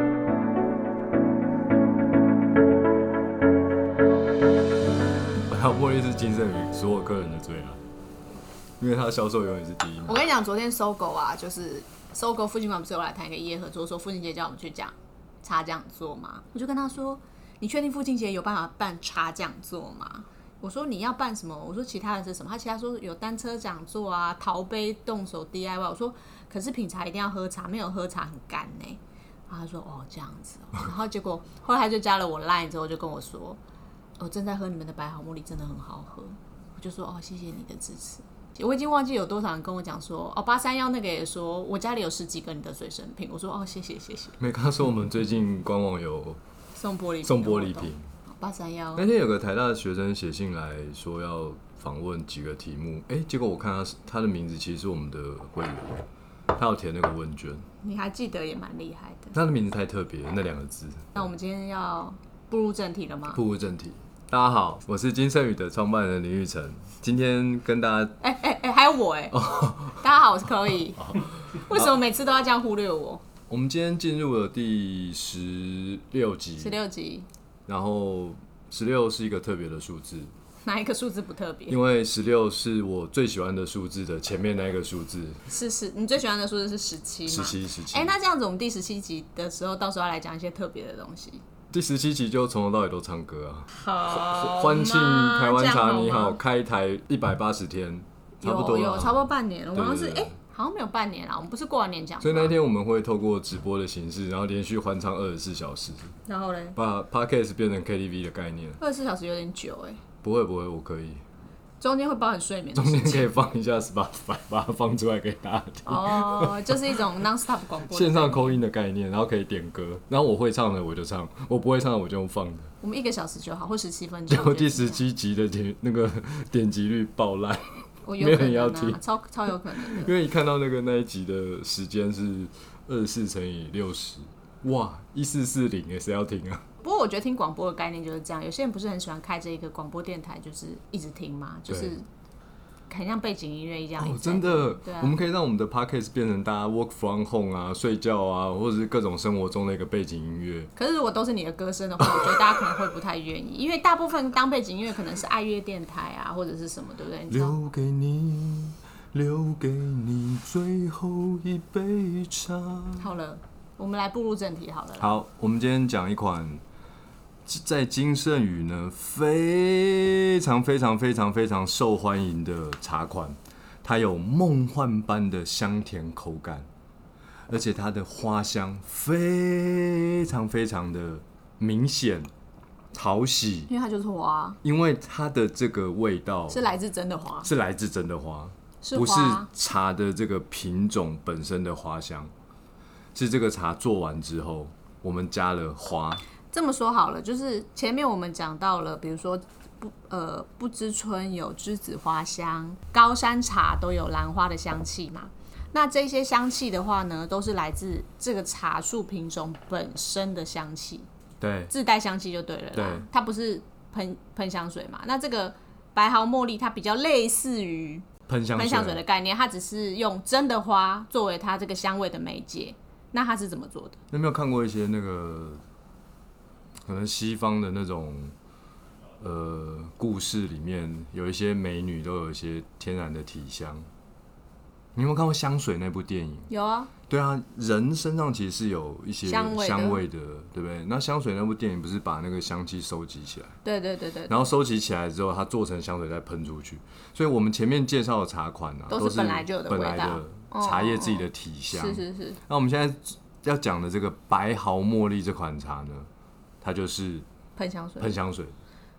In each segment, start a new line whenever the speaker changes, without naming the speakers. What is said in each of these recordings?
有玻璃是金圣宇所有客人的最爱，因为它的销售永远是第一名
我。跟你讲，昨天搜狗啊，就是搜狗父亲馆不是有来谈一个夜合作，说父亲节叫我们去讲茶讲座嘛，我就跟他说，你确定父亲节有办法办茶讲座吗？我说你要办什么？我说其他的是什么？他其他说有单车讲座啊，陶杯动手 DIY。我说可是品茶一定要喝茶，没有喝茶很干呢、然后他说哦这样子哦、然后结果后来他就加了我 line 之后就跟我说，我正在喝你们的白毫茉莉，真的很好喝。我就说哦，谢谢你的支持。我已经忘记有多少人跟我讲说，哦，八三幺那个也说，我家里有十几个你的随身品。我说哦，谢谢谢谢，
没跟他说我们最近官网有
送玻璃瓶
送玻璃瓶。
八三幺
那天有个台大的学生写信来说要访问几个题目，哎、结果我看他是他的名字其实是我们的会员，他有填那个问卷，
你还记得也蛮厉害的。
他的名字太特别，那两个字。
那我们今天要步入正题了吗？
步入正题，大家好，我是金圣宇的创办人林玉成，今天跟大家
哎哎哎，还有我哎、
哦
大家好，我是 Chloe。为什么每次都要这样忽略我？
我们今天进入了第十六集，
十六集
然后十六是一个特别的数字，
哪一个数字不特别？
因为十六是我最喜欢的数字的前面那一个数字，
是是，你最喜欢的数字是十七
十
吗？
七十七
哎、。那这样子，我们第十七集的时候，到时候要来讲一些特别的东西。
第十七集就从头到尾都唱歌啊，
好吗，
欢庆台湾茶
这
你
样
好
吗，
开台一百八十天，差不多
有有差不
了。啊
多半年了，我们好像是
对
哎、
对对
诶好像没有半年啦，我们不是过完年讲吗，
所以那天我们会透过直播的形式，然后连续欢唱二十四小时，
然后嘞，
把 podcast 变成 KTV 的概念。
二十四小时有点久哎、
不会不会，我可以，
中间会包含睡眠的
中
时
间
间
可以放一下 Spotify，把它放出来给大家听。
哦，就是一种 non stop 广播的
线上扣音的概念，然后可以点歌，然后我会唱的我就唱，我不会唱的我就用放的。
我们一个小时就好，或十七分 钟。
结果第十，七集的点那个点击率爆烂，
我
没
有
有
可
人要
能啊，
听
超超有可能的。
因为一看到那个那一集的时间是二十四乘以六十，哇，一四四零也是要听啊。
不过我觉得听广播的概念就是这样，有些人不是很喜欢开着一个广播电台，就是一直听嘛，就是很像背景音乐一样。
哦
一，直在
真的
对啊，
我们可以让我们的 podcast 变成大家 work from home 啊、睡觉啊，或者是各种生活中的一个背景音乐。
可是如果都是你的歌声的话，我觉得大家可能会不太愿意，因为大部分当背景音乐可能是爱乐电台啊，或者是什么，对不对？你知道，
留给你，留给你最后一杯茶。
好了，我们来步入正题好了啦。
好，我们今天讲一款在金圣宇呢非常非常非常非常受欢迎的茶款，它有梦幻般的香甜口感，而且它的花香非常非常的明显，讨喜，
因为它就是花，
因为它的这个味道
是来自真的花，
是来自真的花，
是
不是
花。
茶的这个品种本身的花香，是这个茶做完之后，我们加了花。
这么说好了，就是前面我们讲到了，比如说不呃不知春有栀子花香，高山茶都有兰花的香气嘛。那这些香气的话呢，都是来自这个茶树品种本身的香气，
对，
自带香气就对了啦
对。
它不是喷喷香水嘛？那这个白毫茉莉它比较类似于
喷香
喷
水。
香水的概念，它只是用真的花作为它这个香味的媒介。那它是怎么做的？
你有没有看过一些那个可能西方的那种呃故事里面，有一些美女都有一些天然的体香？你有没有看过《香水》那部电影？
有啊，
对啊，人身上其实是有一些
香味的
香味的，对不对？那《香水》那部电影不是把那个香气收集起来？
对对对对，
然后收集起来之后，它做成香水再喷出去。所以我们前面介绍的茶款啊，
都是
是
本来就有的
本
味
来
道哦
的茶叶自己的体香。
是是是，
那我们现在要讲的这个白毫茉莉这款茶呢，它就是
喷香水。
喷香水。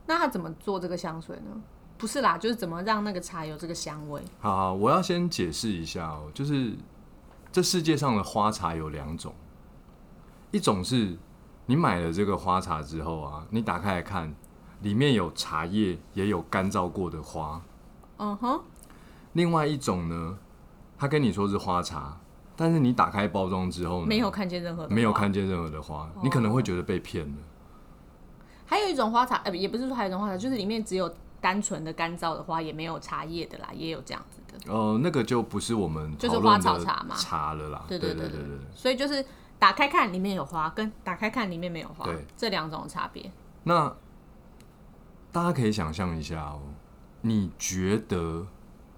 那他怎么做这个香水呢？不是啦，就是怎么让那个茶有这个香味？
好好，我要先解释一下哦，就是这世界上的花茶有两种，一种是你买了这个花茶之后啊，你打开来看，里面有茶叶，也有干燥过的花。
嗯哼，
另外一种呢，他跟你说是花茶，但是你打开包装之后呢，
没有看见任何的
嗯
花哦
没有。看见任何的花，你可能会觉得被骗了。
还有一种花茶，呃，也不是说还有一种花茶，就是里面只有单纯的干燥的花，也没有茶叶的啦，也有这样子的。
呃，那个就不是我们
就是
讨论
花草
的
茶嘛
茶了啦。
对
对
对
对
对。所以就是打开看里面有花，跟打开看里面没有花
对，
这两种差别。
那大家可以想象一下哦，你觉得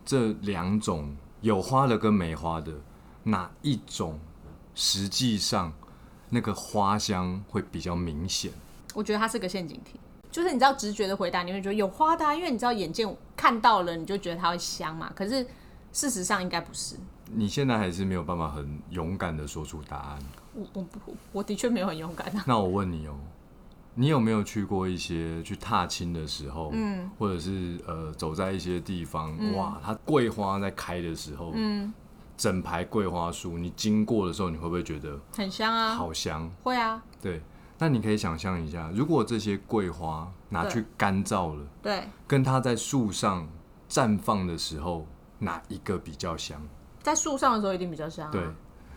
这两种有花的跟没花的，哪一种实际上那个花香会比较明显？
我觉得它是个陷阱题，就是你知道直觉的回答，你会觉得有花的、啊，因为你知道眼见看到了，你就觉得它会香嘛。可是事实上应该不是，
你现在还是没有办法很勇敢的说出答案。
我我不我的确没有很勇敢啊。
那我问你哦，你有没有去过一些去踏青的时候，嗯，或者是呃走在一些地方，哇，它桂花在开的时候，嗯，整排桂花树，你经过的时候，你会不会觉得
很香啊，
好香？
会啊，
对，那你可以想象一下，如果这些桂花拿去干燥了，
对，
跟它在树上绽放的时候，哪一个比较香？
在树上的时候一定比较香、啊。
对，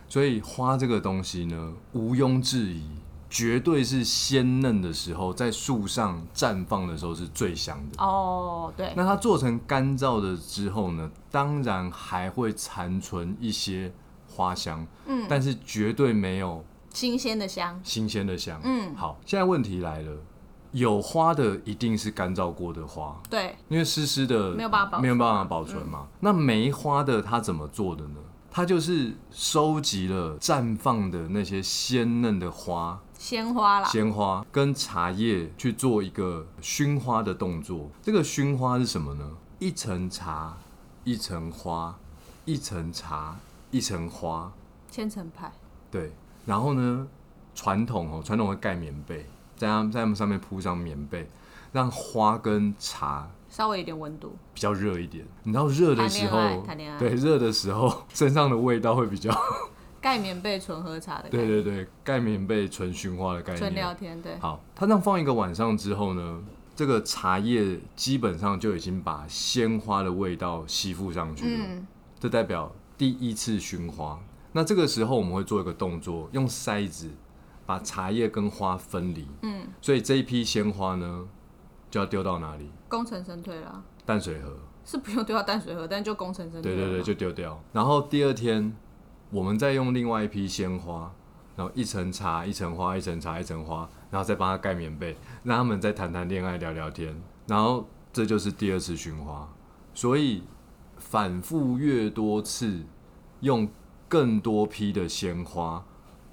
所以花这个东西呢，毋庸置疑，绝对是鲜嫩的时候，在树上绽放的时候是最香的。
哦，对，
那它做成干燥的之后呢，当然还会残存一些花香，嗯，但是绝对没有
新鲜的香。
新鲜的香。
嗯
好，现在问题来了，有花的一定是干燥过的花，
对，
因为湿湿的
没有办法保存嗯
没有办法保存嘛。那梅花的它怎么做的呢？它就是收集了绽放的那些鲜嫩的花，
鲜花啦，
鲜花跟茶叶去做一个熏花的动作。这个熏花是什么呢？一层茶，一层花，一层茶，一层花。
千层派。
对，然后呢，传统哦，传统会盖棉被，在它在它们上面铺上棉被，让花跟茶
稍微有点温度，
比较热一点。你知道热的时
谈恋
候
爱谈恋，爱
对热的时候， 身上的味道会比较，
盖棉被纯喝茶的
对
感觉，
对对，盖棉被纯熏花的概念，
纯聊天，对，
好，它这样放一个晚上之后呢，这个茶叶基本上就已经把鲜花的味道吸附上去了，
嗯，
这代表第一次熏花。那这个时候我们会做一个动作，用筛子把茶叶跟花分离。
嗯，
所以这一批鲜花呢，就要丢到哪里？
功成身退了，
淡水河。
是不用丢到淡水河，但就功成身退
对
了嘛。
对对，就丢掉。然后第二天，我们再用另外一批鲜花，然后一层茶，一层花，一层茶，一层花，然后再帮它盖棉被，让他们再谈谈恋爱，聊聊天。然后这就是第二次熏花，所以反复越多次，用更多批的鲜花，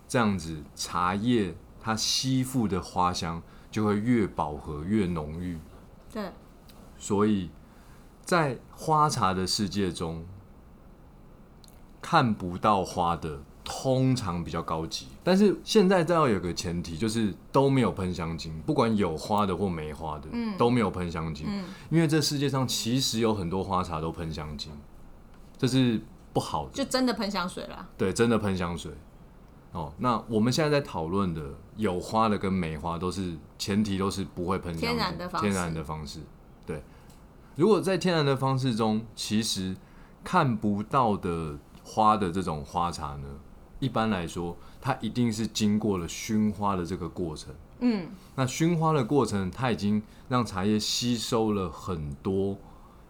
这样子茶叶它吸附的花香就会越饱和越浓郁。
对，
所以在花茶的世界中，看不到花的通常比较高级。但是现在都要有个前提，就是都没有喷香精，不管有花的或没花的，都没有喷香精，因为这世界上其实有很多花茶都喷香精，这是不好的。
就真的喷香水了。
对，真的喷香水。哦，那我们现在在讨论的有花的跟没花，都是前提都是不会喷香水
天然的方式
天然的方式。对，如果在天然的方式中，其实看不到的花的这种花茶呢，一般来说，它一定是经过了熏花的这个过程。
嗯，
那熏花的过程，它已经让茶叶吸收了很多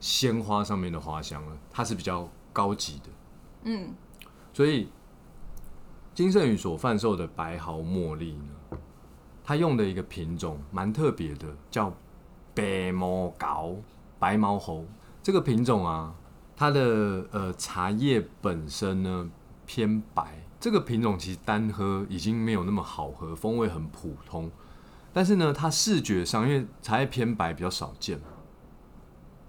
鲜花上面的花香了，它是比较高级的。
嗯，
所以金圣宇所贩售的白毫茉莉呢，它用的一个品种蛮特别的，叫白毛猴，白毛猴这个品种啊，它的呃茶叶本身呢偏白。这个品种其实单喝已经没有那么好喝，风味很普通。但是呢，它视觉上因为茶叶偏白比较少见，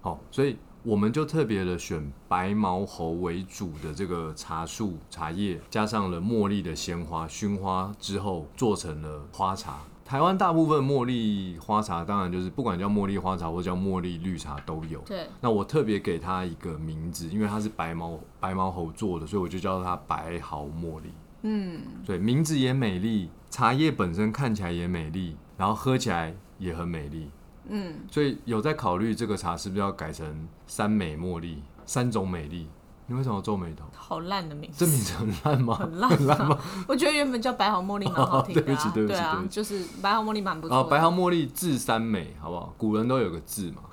好、所以我们就特别的选白毛猴为主的这个茶树茶叶，加上了茉莉的鲜花熏花之后，做成了花茶。台湾大部分茉莉花茶，当然就是不管叫茉莉花茶或叫茉莉绿茶都有。
对，
那我特别给它一个名字，因为它是白毛白毛猴做的，所以我就叫它白毫茉莉。
嗯，
对，名字也美丽，茶叶本身看起来也美丽，然后喝起来也很美丽。
嗯，
所以有在考虑这个茶是不是要改成三美茉莉，三种美丽。你为什么要皱眉头？
好烂的名字，
这名字很烂吗？
很烂啊！我觉得原本叫白毫茉莉蛮好听的、啊
对不起对不起
啊
对不，起
就是白毫茉莉蛮不错
啊，
的。
白毫茉莉字三美，好不好？古人都有个字嘛。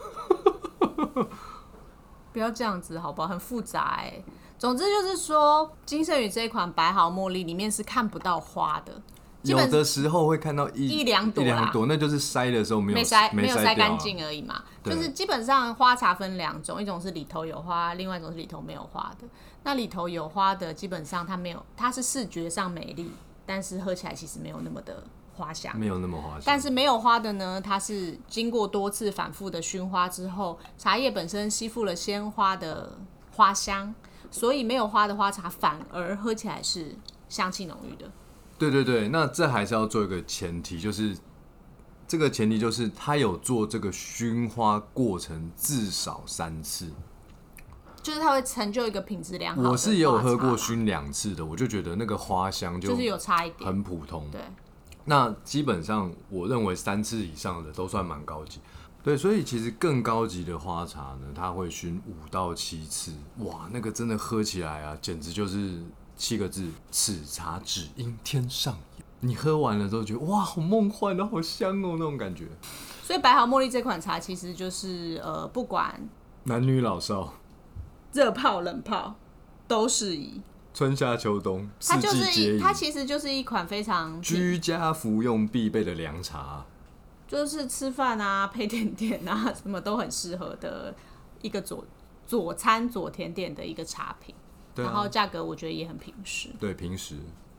不要这样子，好不好？很复杂哎、总之就是说，金圣宇这一款白毫茉莉里面是看不到花的，基
有
本
的时候会看到一
一两朵
一
啦
两朵，那就是筛的时候没有
没塞
没
有
筛
塞
掉啊
干，净而已嘛。
对
就是基本上花茶分两种，一种是里头有花，另外一种是里头没有花的。那里头有花的，基本上它没有，它是视觉上美丽，但是喝起来其实没有那么的花香。
没有那么花香。
但是没有花的呢，它是经过多次反复的熏花之后，茶叶本身吸附了鲜花的花香，所以没有花的花茶反而喝起来是香气浓郁的。
对对对，那这还是要做一个前提，就是这个前提就是他有做这个熏花过程至少三次。
就是它会成就一个品质良好的
我是也有
花茶
喝过
啦，
熏两次的，我就觉得那个花香就
就是有差一点，
很普通。
对。
那基本上我认为三次以上的都算蛮高级。对，所以其实更高级的花茶呢，它会熏五到七次，哇，那个真的喝起来啊，简直就是七个字：此茶只应天上有。你喝完了之后觉得哇，好梦幻哦，好香哦，那种感觉。
所以白毫茉莉这款茶其实就是呃，不管
男女老少，
热泡冷泡都适宜，
春夏秋冬，四
它就
季
是
皆
一
宜，
它其实就是一款非常
居家服用必备的凉茶。
就是吃饭啊、 配甜点啊，什么都很适合的一个佐佐餐、佐甜点的一个茶品。
对
然
啊
后，价格我觉得也很平实，
对，平时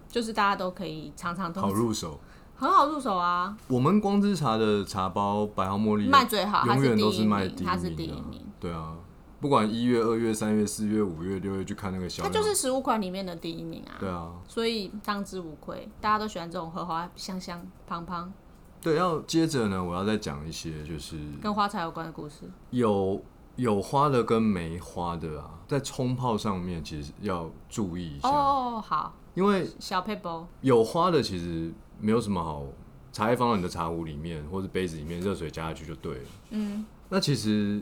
就是大家都可以常常都
好入手。
很好入手啊，
我们光之茶的茶包白毫茉莉
卖最好，它
永
是
远
第
都
一
卖第一
名，
名、啊，
它是第一名，。
对啊，不管一月、二月、三月、四月、五月、六月去看那个销
它
量，
就是十五款里面的第一名啊。
对啊，
所以当之无愧，大家都喜欢这种荷花香香、胖胖，
嗯对。要接着呢，我要再讲一些就是
跟花茶有关的故事。
有有花的跟没花的啊，在冲泡上面其实要注意一下，
哦，好，
因为
小佩波，
有花的其实没有什么好，茶叶放到你的茶壶里面或者杯子里面，热水加下去就对了。嗯，那其实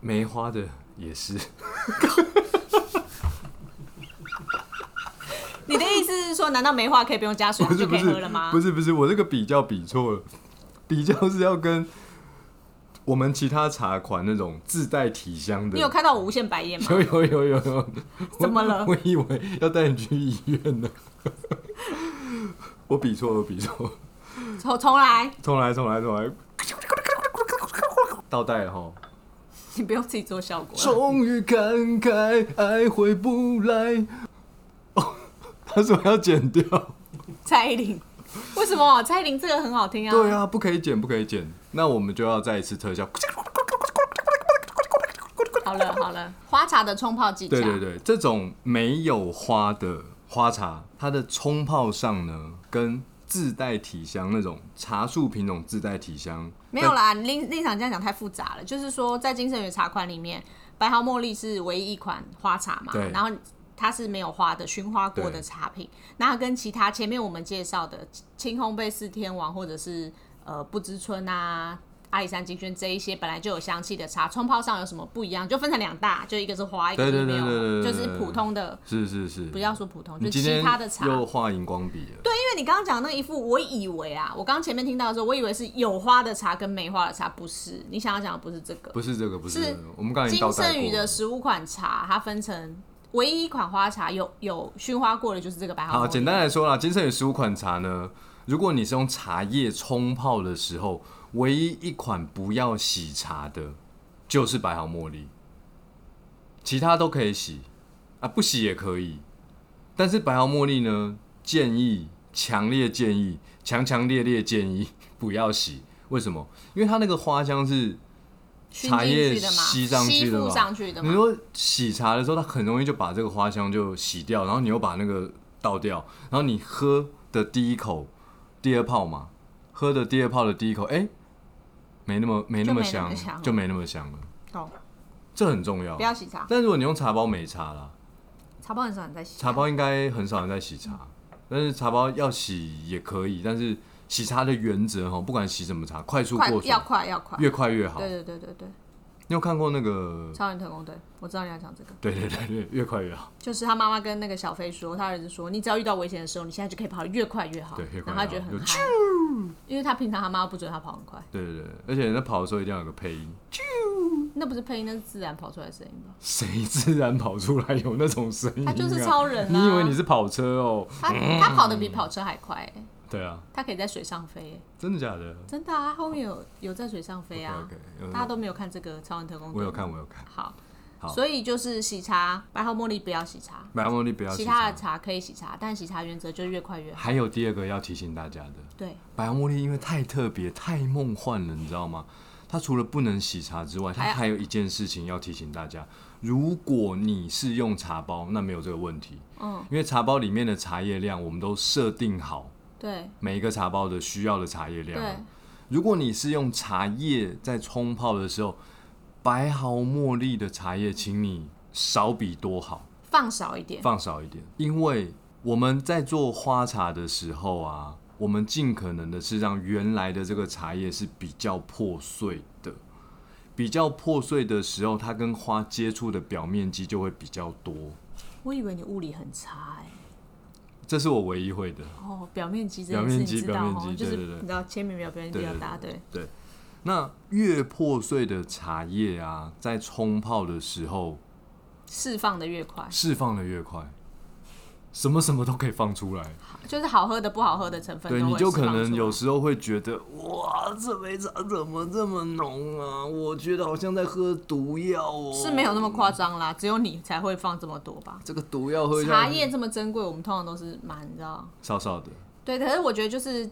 没花的也是。
你的意思是说，难道梅花可以不用加水
不是
就
不
可以
是
喝了吗？
不是不是，我这个比较比错了， 比较是要跟我们其他茶款那种自带体香的。
你有看到我无限白眼吗？
有有有有有，
怎么了
我以为要带你去医院呢。 我比错了，我比错了，
重重来，
重来重来重来，倒带了哈。
你不用自己做效果了。
终于看开，爱回不来。哦， 他说要剪掉。
啊蔡依林， 为什么蔡依林这个很好听啊？
对，啊，不可以剪，不可以剪。那我们就要再一次特效。
好了好了，花茶的冲泡技巧，
对对对，这种没有花的花茶，它的冲泡上呢，跟自带体香那种茶树品种自带体香
没有啦，你另另场这样讲太复杂了。就是说，在金圣宇茶款里面，白毫茉莉是唯一一款花茶嘛
对，
然后它是没有花的熏花过的茶品，那它跟其他前面我们介绍的清烘焙四天王或者是呃不知春啊。阿里山金萱这一些本来就有香气的茶，冲泡上有什么不一样？就分成两大，就一个是花，一
对
个
对
是没有
对对对
花，就
对
是普通的，
是是是，
不要说普通，就
你今
是其
天
他的茶。
又画荧光笔了，
对，因为你刚刚讲那一副，我以为啊，我刚前面听到的时候，我以为是有花的茶跟没花的茶，不是。你想要讲的不是这个，
不是这个，不是
是
这个我们刚才已经
金
倒带
圣宇
过
的
了。
十五款茶，它分成唯一一款花茶有有熏花过的，就是这个白毫茉莉。
好，简单来说啦，金圣宇十五款茶呢，如果你是用茶叶冲泡的时候，唯一一款不要洗茶的，就是白毫茉莉，其他都可以洗啊，不洗也可以。但是白毫茉莉呢，建议强烈建议，强强烈烈建议不要洗。为什么？因为它那个花香是
熏
茶叶
进去的嘛，
吸上去的
附
嘛，
上去的
你
嘛。
说洗茶的时候，它很容易就把这个花香就洗掉，然后你又把那个倒掉，然后你喝的第一口、第二泡嘛，喝的第二泡的第一口，哎、没那么没那么
就没那
香
么香，了
就没那么香了，
懂，
这很重要
不。要洗茶，
但如果你用茶包没茶啦，
茶包很少人在洗。
嗯茶包应该很少人在洗茶，但是茶包要洗也可以，但是洗茶的原则哈，不管洗什么茶，快速
快
过水
要，快要快，
越快越好。
对
你
对对对对，
有看过那个？
超人特工队，我知道你要讲这个。
对对对对，越快越好。
就是他妈妈跟那个小飞说，他儿子说，你只要遇到危险的时候，你现在就可以跑得越快越好。
对越快越
然
好
后他觉得很
就
嗨，因为他平常他妈不准他跑很快，
对对对，而且在跑的时候一定要有个配音。
那不是配音，那是自然跑出来的声音吧？
谁自然跑出来有那种声音、啊？
他就是超人啊！
你以为你是跑车哦？
他他跑得比跑车还快、欸，
对啊，
它可以在水上飞，欸
真的假的？
真的啊，它后面有有在水上飞啊
OK，OK，有
大家都没有看这个《超人特工队》，
我有看，我有看。
好，
好
所以就是喜茶，白毫茉莉不要喜茶，
白茉莉不要
其
洗
他的
茶。
茶可以喜茶，但喜茶原则就越快越好。
还有第二个要提醒大家的，
对，
白茉莉因为太特别、太梦幻了，你知道吗？它除了不能洗茶之外，它
还有
还有一件事情要提醒大家：如果你是用茶包，那没有这个问题，
嗯，
因为茶包里面的茶叶量我们都设定好
对
每一个茶包的需要的茶叶量
对
了。如果你是用茶叶在冲泡的时候，白毫茉莉的茶叶，请你少比多好。
放少一点，
放少一点，因为我们在做花茶的时候啊，我们尽可能的是让原来的这个茶叶是比较破碎的，比较破碎的时候，它跟花接触的表面积就会比较多。
我以为你物理很差哎、
这是我唯一会的。
哦，表面积真的
表
是
面
你
积
知道
表面
哦，
积
就是
对对对
你知道铅笔描表面积比较大，对，
对，那越破碎的茶叶啊，在冲泡的时候
释放的越快，
释放的越快，什么什么都可以放出来。
就是好喝的不好喝的成分
对，
都
你
会
就
释
可
放
能
出
有
来
时候会觉得，哇，这杯茶怎么这么浓啊？我觉得好像在喝毒药哦。
是没有那么夸张啦，只有你才会放这么多吧。
这个毒药喝下
茶
去
叶这么珍贵，我们通常都是蛮你知道，
少少的，
对，可是我觉得就是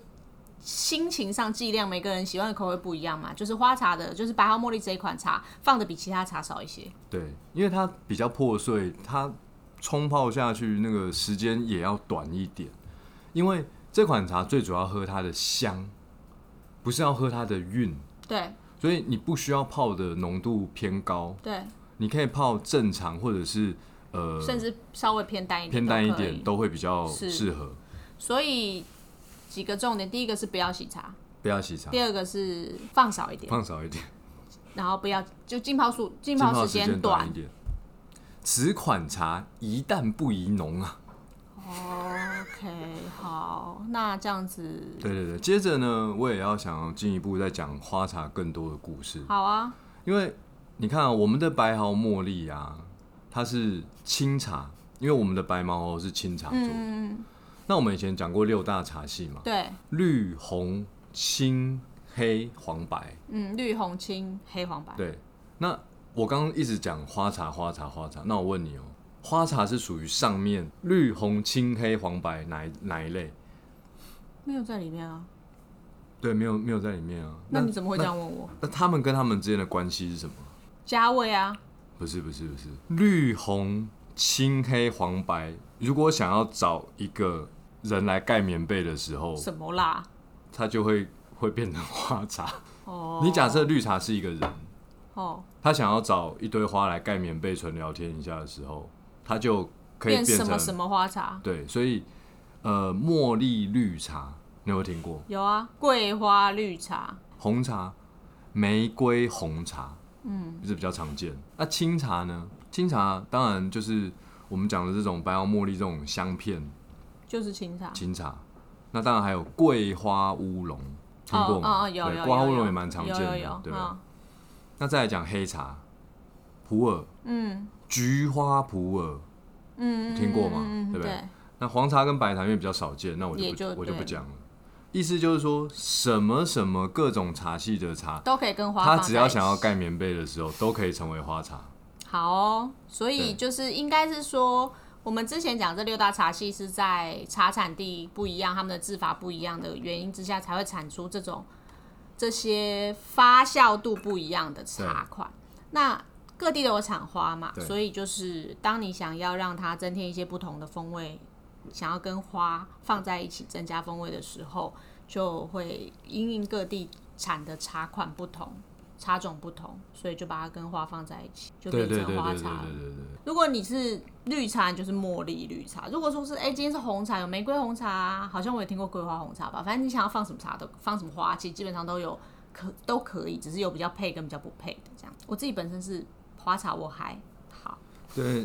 心情上剂量，每个人喜欢的口味不一样嘛。就是花茶的，就是白毫茉莉这一款茶放的比其他茶少一些，
对，因为它比较破碎，它冲泡下去那个时间也要短一点，因为这款茶最主要喝它的香，不是要喝它的韵，
对
所以你不需要泡的浓度偏高，
对，
你可以泡正常或者是呃
甚至稍微偏淡一点，
偏淡一点。都会比较
是
适合，
所以几个重点，第一个是不要洗茶，
不要洗茶。
第二个是放少一点，
放少一点，
然后不要就浸泡数浸
浸泡
泡
时
间
间短一点。此款茶宜淡不宜浓啊。
OK，好，那这样子
对对对，接着呢，我也要想要进一步再讲花茶更多的故事，
好啊，
因为你看啊，我们的白毫茉莉啊，它是清茶，因为我们的白毛猴是清茶做的。
嗯，
那我们以前讲过六大茶系嘛，
对，
绿、红、青、黑、黄、白。
嗯，绿红青黑黄白，
对，那我刚刚一直讲花茶，花茶，花茶。那我问你哦，花茶是属于上面绿、红、青、黑、黄、白哪一哪一类？
没有在里面啊，
对，没有没有在里面啊。
那你怎么会这样问我？
那？那他们跟他们之间的关系是什么？
加味啊，
不是不是不是，绿、红、青、黑、黄、白。如果想要找一个人来盖棉被的时候，
什么啦？
他就会会变成花茶。
哦，
你假设绿茶是一个人，
哦，
他想要找一堆花来盖棉被，纯聊天一下的时候，他就可以变成
什么什么花茶？
对，所以呃，茉莉绿茶你有没有听过？
有啊，桂花绿茶，
红茶、玫瑰红茶，嗯，是比较常见。那清茶呢？清茶当然就是我们讲的这种白毫茉莉这种香片
就是清茶，
清茶。那当然还有桂花乌龙，听过
哦
吗？
哦哦，有
对
有
桂花
有
乌龙
有
也蛮常见的，
有有有
对不啊对？
嗯
那再来讲黑茶，普洱，
嗯
菊花普洱。
嗯，
听过吗
嗯嗯嗯
对不对
对？
那黄茶跟白茶因为比较少见，那我就
也
不
就
我就不
对
讲了。意思就是说什么什么各种茶系的茶，
都可以跟花
它
放
只
在
要
一起
想要盖棉被的时候，都可以成为花茶。
好哦、所
对
以就是应该是说，我们之前讲这六大茶系是在茶产地不一样，他们的制法不一样的原因之下，才会产出这种这些发酵度不一样的茶款。那各地都有产花嘛，
对
所以就是当你想要让它增添一些不同的风味，想要跟花放在一起增加风味的时候，就会因应各地产的茶款不同。茶种不同，所以就把它跟花放在一起，就
对
变
对对
成
对
花
对
茶
对
了。
对对。
如果你是绿茶，你就是茉莉绿茶；如果说是哎、今天是红茶，有玫瑰红茶，好像我也听过桂花红茶吧。反正你想要放什么茶都放什么花，其实基本上都有可都可以，只是有比较配跟比较不配的这样。我自己本身是花茶，我还好，
对，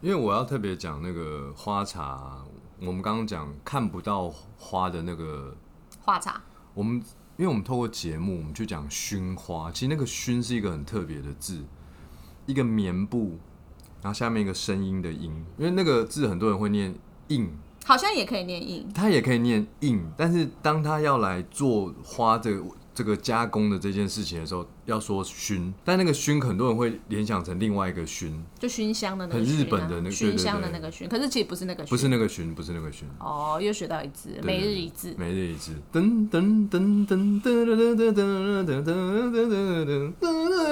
因为我要特别讲那个花茶，我们刚刚讲看不到花的那个，
花茶
我们因为我们透过节目，我们去讲熏花，其实那个熏是一个很特别的字，一个棉布，然后下面一个声音的音，因为那个字很多人会念印，
好像也可以念印，
它也可以念硬，但是当它要来做花这个这个加工的这件事情的时候，要说熏，但那个熏很多人会联想成另外一个熏，
就熏香的那个
很
熏啊、
日本的那个对对
熏香的
对
那个熏，可是其实不是那个熏，
不是那个熏，不是那个熏。
哦，又学到一字，每日一字，
每日一字，噔噔噔噔噔噔噔噔噔噔噔噔噔。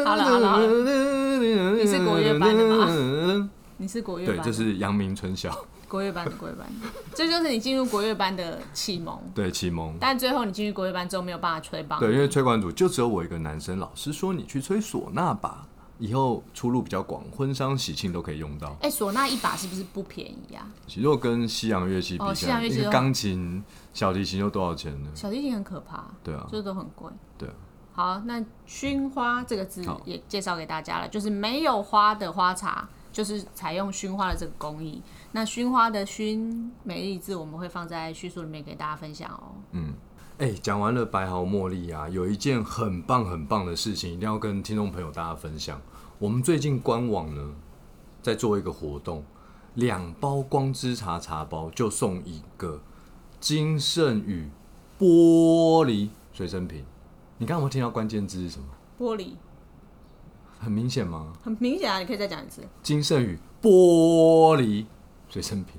好了好了好
了
你是国乐班的
吗？
你是国乐
对
班，的，
这是阳明春晓，
国乐班的国乐班的，这就是你进入国乐班的启蒙。
对启蒙。
但最后你进入国乐班之后没有办法吹棒，
对，因为吹管组就只有我一个男生，老师说你去吹唢呐吧，以后出路比较广，婚丧喜庆都可以用到。
哎，唢呐一把是不是不便宜啊？
其实如果跟西洋乐器比
哦
起
西
来，
洋乐器
一个
都
钢琴、小提琴又多少钱呢？
小提琴很可怕，
对啊，
这都很贵。
对啊，
好，那熏花这个字
好
也介绍给大家了，就是没有花的花茶，就是采用熏花的这个工艺。那熏花的熏美丽字，我们会放在叙述里面给大家分享哦。
哎，讲完了白毫茉莉啊，有一件很棒很棒的事情，一定要跟听众朋友大家分享。我们最近官网呢，在做一个活动，两包光之茶茶包就送一个金圣宇玻璃随身瓶。你刚刚有没有听到关键字是什么？
玻璃
很明显吗？
很明显啊，你可以再讲一次。
金圣宇玻璃随身瓶，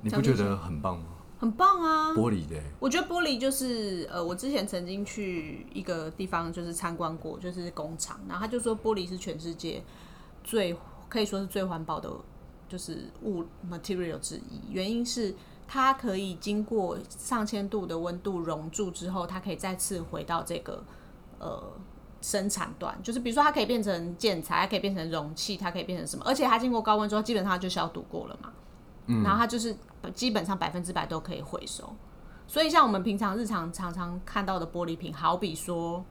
你不
讲
觉
清楚
得很棒吗？
很棒啊！
玻璃的、欸，
我觉得玻璃就是呃，我之前曾经去一个地方就是参观过，就是工厂，然后他就说玻璃是全世界最可以说是最环保的，就是物 material 之一。原因是它可以经过上千度的温度熔铸之后，它可以再次回到这个呃生产段，就是比如说它可以变成建材，它可以变成容器，它可以变成什么，而且它经过高温之后，基本上它就消毒过了嘛。然后它就是基本上百分之百都可以回收。所以像我们平常日常常常看到的玻璃瓶，好比说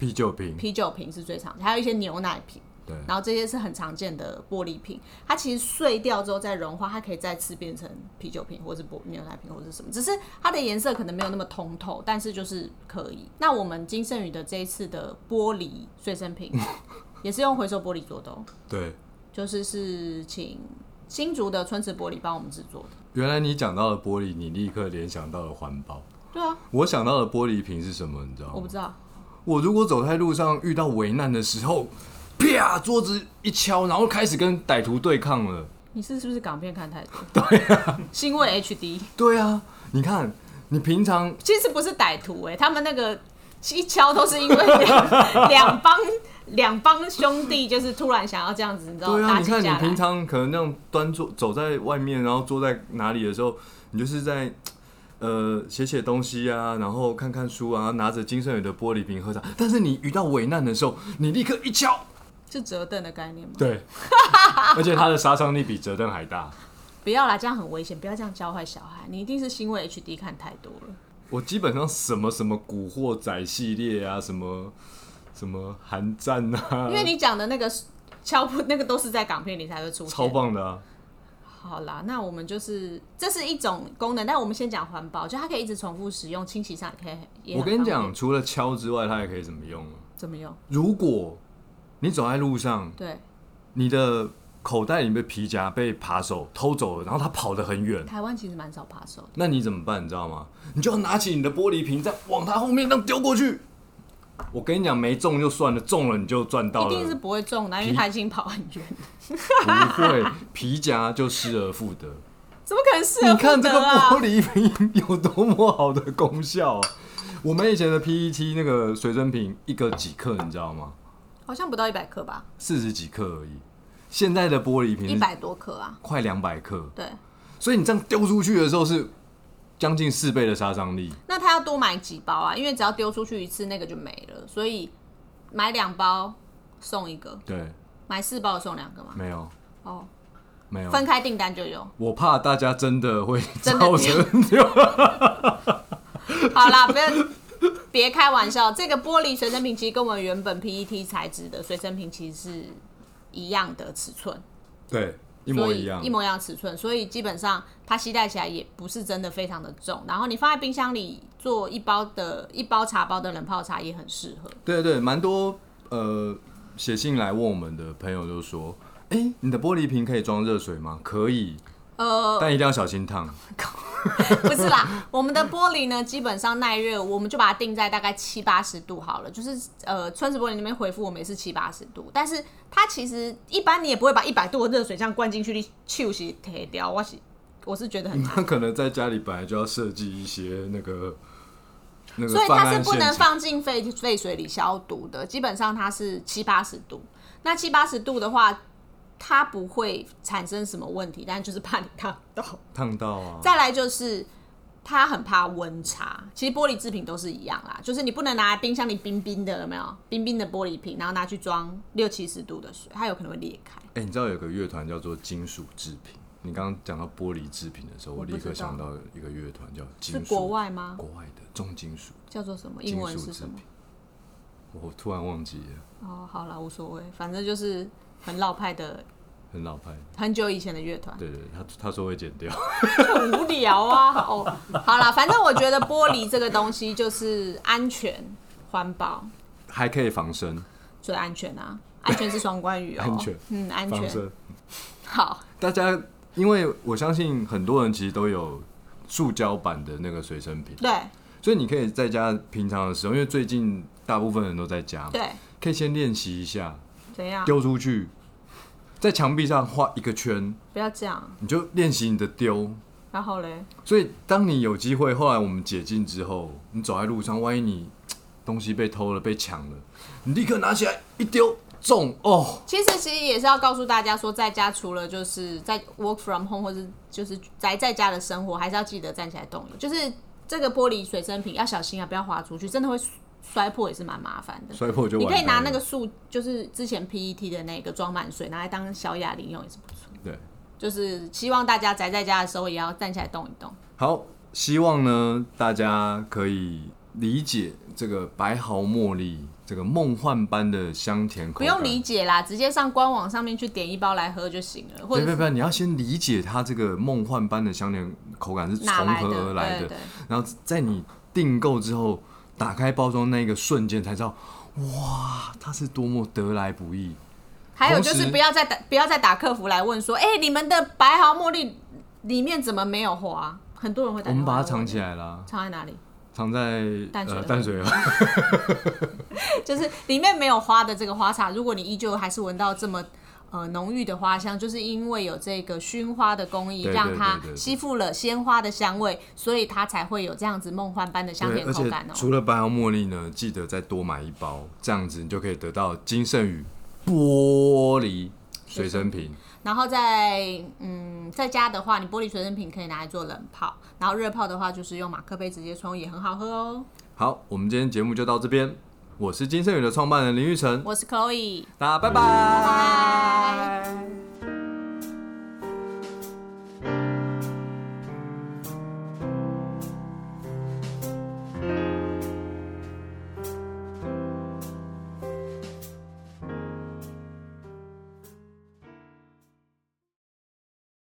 啤酒瓶，
啤酒瓶是最常见，还有一些牛奶瓶，
对，
然后这些是很常见的玻璃瓶。它其实碎掉之后再融化，它可以再次变成啤酒瓶，或是玻牛奶瓶，或是什么。只是它的颜色可能没有那么通透，但是就是可以。那我们金圣宇的这一次的玻璃随身瓶，也是用回收玻璃做的、哦，
对。
就是是请新竹的春池玻璃帮我们制作的。
原来你讲到了玻璃，你立刻联想到了环保。
对啊，
我想到的玻璃瓶是什么？你知道
我
吗
不？知道。
我如果走在路上遇到危难的时候，啪，桌子一敲，然后开始跟歹徒对抗了。
你是是不是港片看太 多？对啊，欣慰 HD
对啊，你看，你平常
其实不是歹徒哎、他们那个一敲都是因 为两两帮两帮兄弟就是突然想要这样子，你知道
对
吗？
啊，
打
你
起
看你
架来
平。常可能那样端坐走在外面，然后坐在哪里的时候，你就是在呃写写东西啊，然后看看书啊，拿着金圣宇的玻璃瓶喝茶。但是你遇到危难的时候，你立刻一敲，
是折凳的概念吗？
对，而且它的杀伤力比折凳还大。
不要啦，这样很危险，不要这样教坏小孩。你一定是欣慰 HD 看太多了。
我基本上什么什么古惑仔系列啊，什么什么寒战啊
因，为你讲的那个敲不 那个都是在港片里才会出现，
超棒的啊！
好啦，那我们就是这是一种功能，但我们先讲环保，就它可以一直重复使用，清洗上也可以也
我
很
跟你
方便
讲，，除了敲之外，它还可以怎么用啊？
怎么用？
如果你走在路上，
对，
你的口袋里面的皮夹被扒手偷走了，然后他跑得很远，
台湾其实蛮少扒手的，
那你怎么办？你知道吗？你就要拿起你的玻璃瓶，再往他后面那样丢过去。我跟你讲，没中就算了，中了你就赚到
一
了。
定是不会中的，因为
皮
他已经跑很远，
不会，皮夹就失而复 得。
怎么可能是、
你看这个玻
璃，
璃瓶有多么好的功效啊！我们以前的 PET 那个水蒸瓶一个几克，你知道吗？
好像不到一百克吧，
四十几克而已。现在的玻璃瓶
一
是
百多克啊，
快两百克，
对。
所以你这样丢出去的时候是将近四倍的杀伤力。
那他要多买几包啊？因为只要丢出去一次，那个就没了，所以买两包送一个，
对，
买四包送两个嘛。
没有，
哦，
没有。
分开订单就有。
我怕大家真的会
真的
造成丢。
好 啦，不要别开玩笑，这个玻璃随身瓶其实跟我们原本 PET 材质的随身瓶其实是一样的尺寸，
对，一
一
模一样
一。模一样的尺寸，所以基本上它携带起来也不是真的非常的重。然后你放在冰箱里做一包的一包茶包的冷泡茶也很适合。
对对，蛮多呃写信来问我们的朋友就说：“哎、你的玻璃瓶可以装热水吗？”可以，
呃，
但一定要小心烫。
不是啦，我们的玻璃呢，基本上耐热，我们就把它定在大概七八十度好了。就是呃，川石玻璃那边回复我们也是七八十度，但是它其实一般你也不会把一百度的热水这样灌进去，你休息贴掉。我是我是觉得很难，
他可能在家里本来就要设计一些那个那个
所以
犯
它是
案
不
现
能
场。
放进废废水里消毒的。基本上它是七八十度，那七八十度的话，它不会产生什么问题，但就是怕你烫到。
烫到啊！
再来就是它很怕温差，其实玻璃制品都是一样啦，就是你不能拿冰箱里冰冰的，有没有冰冰的玻璃瓶，然后拿去装六七十度的水，它有可能会裂开。
哎、你知道有个乐团叫做金属制品？你刚刚讲到玻璃制品的时候，我
我不
立刻
知道
想到一个乐团叫金
是
属，
国外吗？
国外的重金属，
叫做什么？英
金
文
属
是
制
什么
品？。我突然忘记了，
哦，好啦，无所谓，反正就是很老派的，
很老派。
很久以前的乐团。
对对，对他他说会剪掉。
很无聊啊！哦，好啦，反正我觉得玻璃这个东西就是安全、环保
还可以防身，
最安全啊，安全是双关语哦。
安全
嗯，安
防
全。
身。
好，
大家，因为我相信很多人其实都有塑胶版的那个随身瓶，
对
所以你可以在家平常的时候，因为最近大部分人都在家，
对，
可以先练习一下，
怎样？
丢出去，在墙壁上画一个圈，
不要这样。
你就练习你的丢。
然后嘞，
所以当你有机会，后来我们解禁之后，你走在路上，万一你东西被偷了、被抢了，你立刻拿起来一丢，中哦，
其实其实也是要告诉大家说，在家除了就是在 work from home 或是就是宅在家的生活，还是要记得站起来动的。就是这个玻璃水生瓶要小心啊，不要滑出去，真的会摔破也是蛮麻烦的。
摔破就
你
完
可
蛋
以拿那
了
个塑，就是之前 PET 的那个装满水，拿来当小哑铃用也是不错。
对。
就是希望大家宅在家的时候也要站起来动一动。
好，希望呢大家可以理解这个白毫茉莉这个梦幻般的香甜口
不
感。
用理解啦，直接上官网上面去点一包来喝就行了，或
别
者
别
是
别，你要先理解它这个梦幻般的香甜口感是从
哪来
何
的？
而来的，
对对。
然后在你订购之后打开包装那一个瞬间才知道，哇，它是多么得来不易。
还有就
同
是
时
不要再打不要再打客服来问说，哎、你们的白毫茉莉里面怎么没有花？很多人会打
我
电
们
话来
把它
问。
藏起来啦，
藏在哪里？
藏在
淡水
呃
河
淡水河。
就是里面没有花的这个花茶，如果你依旧还是闻到这么。呃，浓郁的花香，就是因为有这个熏花的工艺，
对对
让它
对对对
吸附了鲜花的香味，所以它才会有这样子梦幻般的香
对，
甜
而
口
且
感哦、
除了白毫茉莉呢，记得再多买一包，这样子你就可以得到金圣宇玻璃随身瓶。
然后在嗯，在家的话，你玻璃随身瓶可以拿来做冷泡，然后热泡的话就是用马克杯直接冲，也很好喝哦、
好，我们今天节目就到这边，我是金圣宇的创办人林玉成，
我是 Chloe，
大家拜拜。
拜。